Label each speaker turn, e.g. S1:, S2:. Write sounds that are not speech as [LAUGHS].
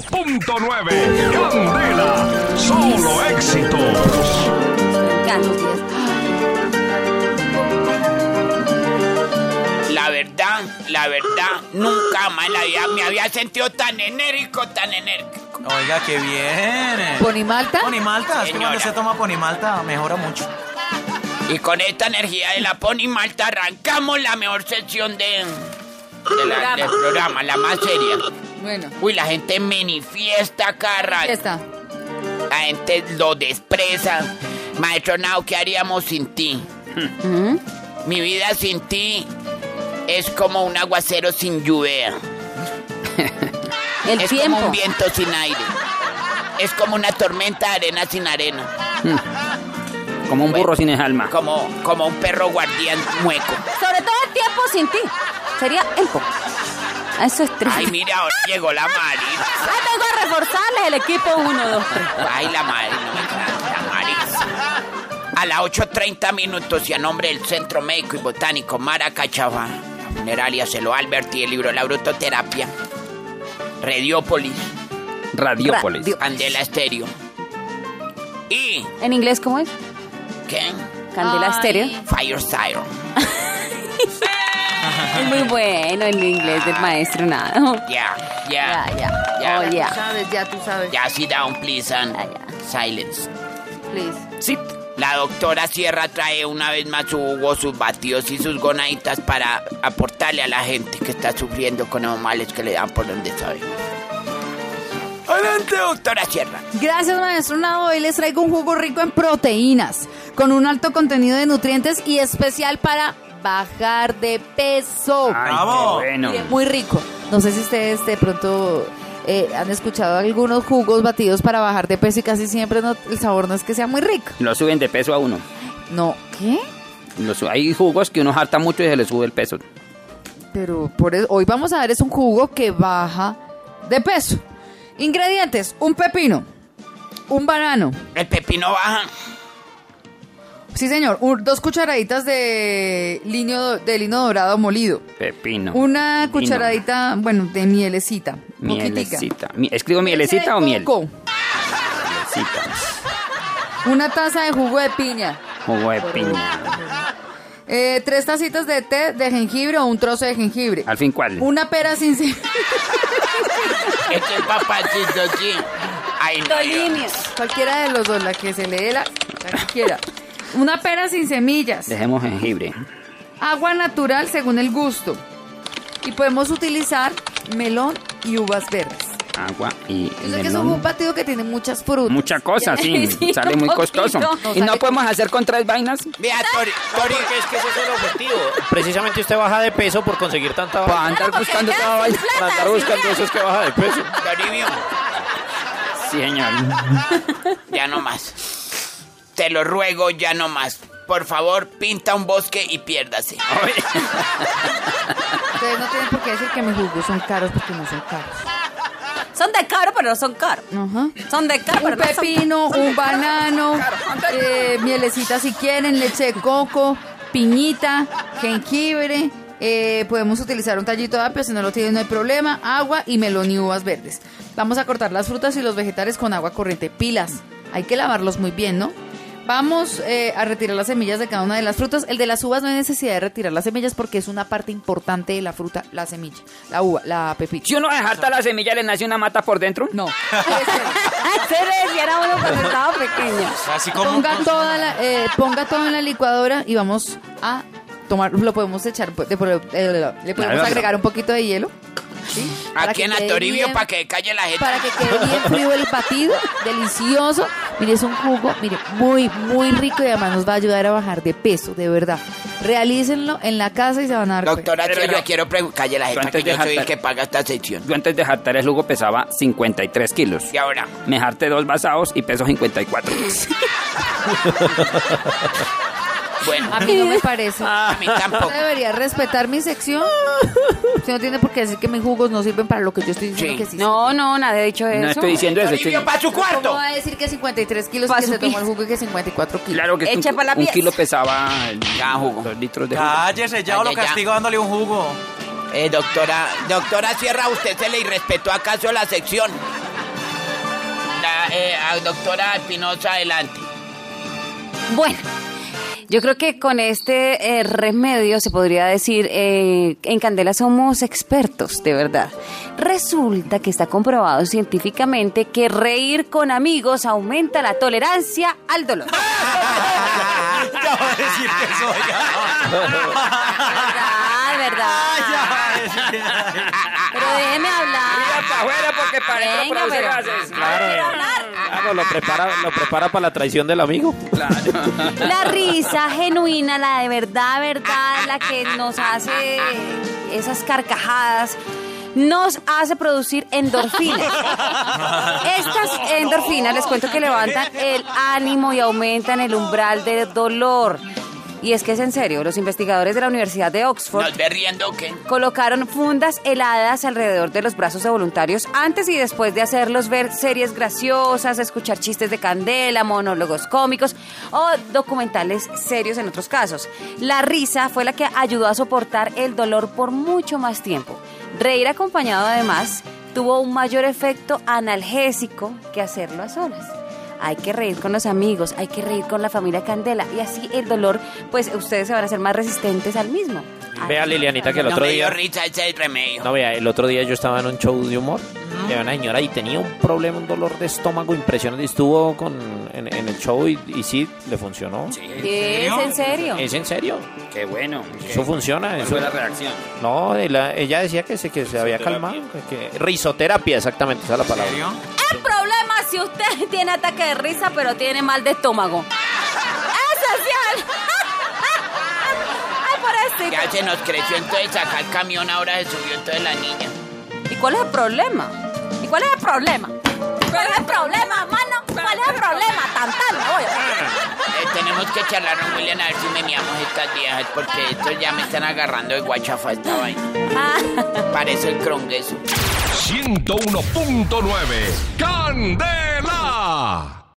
S1: 101.9. Candela, solo éxitos.
S2: La verdad, la verdad, nunca más en la vida me había sentido tan enérgico, tan enérgico.
S3: Oiga, qué bien.
S4: ¿Ponimalta?
S3: Ponimalta, es que
S2: Señora.
S3: cuando se toma Ponimalta mejora mucho.
S2: Y con esta energía de la Pony Malta arrancamos la mejor sección de, de la- del programa, la más seria.
S4: Bueno,
S2: Uy, la gente manifiesta cada rato.
S4: ya está.
S2: La gente lo despreza. Maestro Nao, ¿qué haríamos sin ti? Mi vida sin ti es como un aguacero sin lluvia.
S5: El
S2: es
S5: tiempo.
S2: como un viento sin aire. Es como una tormenta de arena sin arena.
S6: Como un burro sin el alma.
S2: Como, como un perro guardián mueco.
S5: Sobre todo el tiempo sin ti. Sería el poco. A Eso es triste.
S2: Ay, mira, ahora llegó la Maritza.
S5: Ah, tengo que reforzarles el equipo 1, 2, 3.
S2: Ay, la madre, no me encanta, Maritza. A las 8.30 minutos y a nombre del Centro Médico y Botánico Maracachava, la funeraria Celo Albert y el libro La Brutoterapia, Radiópolis,
S6: Radiópolis.
S5: Radio-
S2: Candela Estéreo. ¿Y
S5: ¿En inglés cómo es?
S2: qué?
S5: Candela estéreo.
S2: Fire Siren.
S5: Es muy bueno el inglés del maestro nada.
S2: Ya,
S5: Ya,
S2: ya.
S5: ya.
S2: Ya.
S5: Oh,
S4: Tú
S5: ya.
S4: sabes, ya tú sabes.
S2: Ya, sit down, please, and
S5: Ah, ya.
S2: silence.
S4: Please.
S2: Sí. La doctora Sierra trae una vez más su jugo, sus batidos y sus gonaditas para aportarle a la gente que está sufriendo con los males que le dan por donde sabe. Adelante, doctora Sierra.
S4: Gracias, maestro Nado. Hoy les traigo un jugo rico en proteínas, con un alto contenido de nutrientes y especial para bajar de peso.
S6: Ay,
S3: Bravo.
S6: qué Ah, bueno.
S4: Bien, Muy rico. No sé si ustedes de pronto eh, han escuchado algunos jugos batidos para bajar de peso y casi siempre no- el sabor no es que sea muy rico.
S6: Lo suben de peso a uno.
S4: No, ¿qué?
S6: Lo su- Hay jugos que uno harta mucho y se le sube el peso.
S4: Pero por eso- hoy vamos a ver es un jugo que baja de peso. Ingredientes: un pepino, un banano.
S2: El pepino [LAUGHS] baja.
S4: Sí, señor, un- dos cucharaditas de lino, do- de lino dorado molido.
S6: Pepino.
S4: Una
S6: Pino.
S4: cucharadita, bueno, de mielecita. Poquitica.
S6: Mielecita. Mi- ¿Escribo mielecita
S4: Leche
S6: o
S4: de
S6: miel?
S4: coco,
S6: Mielecita.
S4: Una taza de jugo de piña.
S6: Jugo de piña.
S4: Eh, tres tacitas de té de jengibre o un trozo de jengibre.
S6: Al fin, ¿cuál?
S4: Una pera sin semilla.
S2: Este es papachito, sí. Ay, no,
S5: Dolimios.
S4: [LAUGHS] Cualquiera de los dos, la que se le dé la, la que quiera. Una pera sin semillas.
S6: Dejemos jengibre.
S4: Agua natural según el gusto. Y podemos utilizar melón y uvas verdes.
S6: Agua y
S4: Yo sé que es un
S6: melón.
S4: batido que tiene muchas frutas.
S6: Mucha cosa, sí.
S5: Sí,
S6: [LAUGHS] Sale
S5: un
S6: muy
S5: poquito.
S6: costoso.
S4: No,
S6: ¿Y
S4: sale-
S6: no podemos hacer con tres vainas?
S2: Vea, Tori, Tori,
S7: Porque es que ese es el objetivo. Precisamente usted baja de peso por conseguir tanta
S6: Para
S7: vaina.
S6: andar
S5: porque
S6: buscando
S5: quedan
S6: toda
S5: sin
S6: vaina.
S5: plata,
S7: Para andar
S5: sin
S7: buscando
S5: plata.
S7: esos que baja de peso.
S2: Toribio,
S6: Sí, señor.
S4: [LAUGHS]
S2: ya no más. Te lo ruego, ya no más. Por favor, pinta un bosque y piérdase.
S4: Ustedes no tienen por qué decir que mis jugos son caros porque no son caros.
S5: Son de caro, pero no son caros.
S4: Ajá.
S5: Son de caro,
S4: Un
S5: pero no son
S4: pepino, un banano, eh, mielecita si quieren, leche de coco, piñita, jengibre. eh, podemos utilizar un tallito de apio, si no lo tienen no hay problema. Agua y melón y uvas verdes. Vamos a cortar las frutas y los vegetales con agua corriente. Pilas. Hay que lavarlos muy bien, ¿no? Vamos eh, a retirar las semillas de cada una de las frutas. El de las uvas no hay necesidad de retirar las semillas porque es una parte importante de la fruta, la semilla, la uva, la pepita.
S6: Si uno dejarta la semilla, ¿le nace una mata por dentro?
S2: [LAUGHS]
S5: [LAUGHS]
S4: No.
S5: Se le decía a uno cuando estaba pequeño.
S3: Así como
S4: ponga, toda la- eh, ponga todo en la licuadora y vamos a tomar, lo podemos echar, de- de- eh, le podemos
S6: Claro.
S4: agregar un poquito de hielo. ¿sí? Para
S2: ¿A quién?
S4: quede
S2: A Toribio
S4: bien-
S2: para que calle la gente.
S4: Para que quede
S2: [LAUGHS]
S4: bien frío el batido, delicioso. Mire, es un jugo, mire, muy, muy rico y además nos va a ayudar a bajar de peso, de verdad. Realícenlo en la casa y se van a dar cuenta.
S2: Doctora
S6: Pero,
S2: Sierra,
S6: pero,
S2: quiero preguntar. Calle la gente,
S6: antes
S2: que yo
S6: de
S2: soy el
S6: jartar-
S2: que paga esta sección.
S6: Yo antes de jartar el jugo pesaba 53 kilos.
S2: Y ahora,
S6: Me jarté dos basados y
S5: [LAUGHS]
S6: peso 54.
S2: bueno,
S4: A mí
S2: [LAUGHS]
S4: no me parece.
S6: Ah,
S5: Ah,
S2: a mí tampoco.
S4: Usted debería respetar mi sección. Usted no tiene por qué decir que mis jugos no sirven para lo que yo estoy diciendo
S2: Sí.
S4: que sí.
S5: No, no, nada he dicho eso.
S6: No estoy diciendo eso. estoy-
S2: Toribio, para su
S4: ¿Cómo
S2: cuarto.
S4: va a decir que 53 kilos
S5: Pa'
S4: que
S5: su
S4: se tomó
S5: pis.
S4: el jugo y que 54 kilos?
S6: Claro que es que
S5: Echa
S6: un,
S5: pa' la
S6: un
S5: pieza.
S6: kilo pesaba
S5: [LAUGHS]
S2: Ya, jugo.
S6: dos litros de jugo.
S3: Cállese, ya o
S2: Ay,
S3: lo
S2: ya, ya.
S3: castigo dándole un jugo.
S2: Eh, doctora, doctora Sierra, ¿usted se le irrespetó acaso la sección? La, eh, a doctora Espinosa, adelante.
S5: Bueno, yo creo que con este eh, remedio se podría decir, eh, en Candela somos expertos, de verdad. Resulta que está comprobado científicamente que reír con amigos aumenta la tolerancia al dolor.
S3: [LAUGHS] Ya va a decir que soy.
S5: [LAUGHS] ¿Verdad?
S3: Ya
S5: ¿Verdad?
S3: va a decir que soy.
S5: Pero déjeme hablar.
S6: para afuera porque para adentro
S5: Venga,
S6: produce
S5: pero-
S6: gases.
S5: Quiero
S7: Claro,
S5: hablar.
S7: claro, lo prepara, lo prepara para la traición del amigo.
S5: La risa genuina, la de verdad, verdad, la que nos hace esas carcajadas, nos hace producir endorfinas. Estas endorfinas, les cuento que levantan el ánimo y aumentan el umbral del dolor. Y es que es en serio, los investigadores de la Universidad de Oxford
S2: ¿Nos ve riendo o qué?
S5: colocaron fundas heladas alrededor de los brazos de voluntarios antes y después de hacerlos ver series graciosas, escuchar chistes de candela, monólogos cómicos o documentales serios en otros casos. La risa fue la que ayudó a soportar el dolor por mucho más tiempo. Reír acompañado además tuvo un mayor efecto analgésico que hacerlo a solas. Hay que reír con los amigos, hay que reír con la familia Candela y así el dolor, pues ustedes se van a ser más resistentes al mismo.
S7: Vea,
S5: Ay,
S7: Lilianita, que el
S2: No
S7: otro
S2: me dio
S7: día.
S2: risa ese remedio.
S7: No, vea, el otro día yo estaba en un show de humor de una señora y tenía un problema, un dolor de estómago impresionante. Y Estuvo con, en, en el show y, y sí, le funcionó.
S5: ¿Qué es en serio?
S7: ¿Es en serio?
S6: Qué bueno.
S7: Eso funciona.
S6: ¿Cuál
S7: eso-
S6: fue la reacción?
S7: No, de la- ella decía que se, que se había calmado. que- que- risoterapia, exactamente, esa es la
S3: ¿En
S7: palabra.
S3: serio?
S5: El problema es si usted [LAUGHS] tiene ataque de risa pero tiene mal de estómago. ¡Eso sí! es- [LAUGHS] ¡Ay, pobrecito.
S2: Ya se nos creció entonces acá el camión, ahora se subió entonces la niña.
S5: ¿Y cuál es el problema? ¿Y cuál es el problema? ¿Cuál es el problema, mano? ¿Cuál es el problema? Tan, tan, me voy.
S2: Eh, tenemos que charlar con William a ver si meneamos estas viejas porque estos ya me están agarrando de guachafa esta vaina.
S5: Ah.
S2: Parece el crongueso.
S1: 101.9 Candela.